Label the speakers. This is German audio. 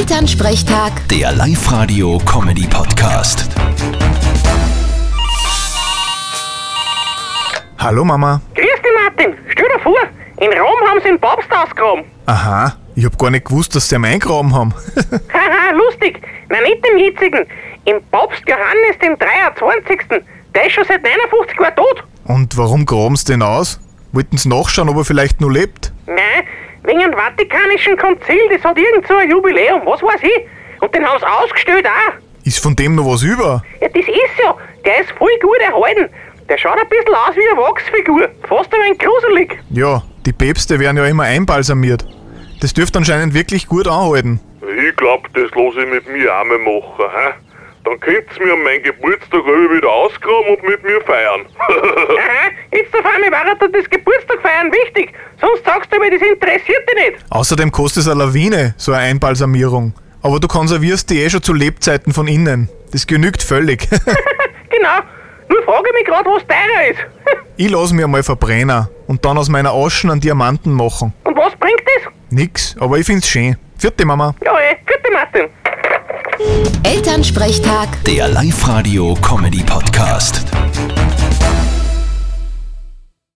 Speaker 1: Elternsprechtag,
Speaker 2: Der Live-Radio-Comedy-Podcast.
Speaker 3: Hallo Mama.
Speaker 4: Grüß dich, Martin. Stell dir vor, in Rom haben sie den Papst ausgegraben.
Speaker 3: Aha, ich hab gar nicht gewusst, dass sie am eingraben haben.
Speaker 4: Haha, lustig. Nein, nicht dem jetzigen. Im Papst Johannes den 23. Der ist schon seit 59 Jahren tot.
Speaker 3: Und warum graben sie den aus? Wollten sie nachschauen, ob er vielleicht nur lebt?
Speaker 4: Nein, wegen dem Vatikanischen Konzil, das hat irgend so ein Jubiläum, was weiß ich. Und den haben sie ausgestellt auch.
Speaker 3: Ist von dem noch was über?
Speaker 4: Ja, das ist ja. Der ist voll gut erhalten. Der schaut ein bisschen aus wie eine Wachsfigur. Fast ein wenig gruselig.
Speaker 3: Ja, die Päpste werden ja immer einbalsamiert. Das dürfte anscheinend wirklich gut anhalten.
Speaker 5: Ich glaub, das lasse ich mit mir auch mal machen. He? Dann könnt's mir an meinem Geburtstag alle wieder ausgraben und mit mir feiern.
Speaker 4: Aha, jetzt auf einmal war dir das Geburtstag feiern wichtig. Sonst sagst du mir, das interessiert dich nicht.
Speaker 3: Außerdem kostet es eine Lawine, so eine Einbalsamierung. Aber du konservierst die eh schon zu Lebzeiten von innen. Das genügt völlig.
Speaker 4: Genau. Nur frage ich mich gerade, was teurer ist.
Speaker 3: ich lass mir mal Verbrenner und dann aus meiner Aschen einen Diamanten machen.
Speaker 4: Und was bringt das?
Speaker 3: Nix, aber ich find's schön. Vierte Mama.
Speaker 4: Ja, eh, gute Martin.
Speaker 1: Elternsprechtag.
Speaker 2: Der Live-Radio-Comedy-Podcast.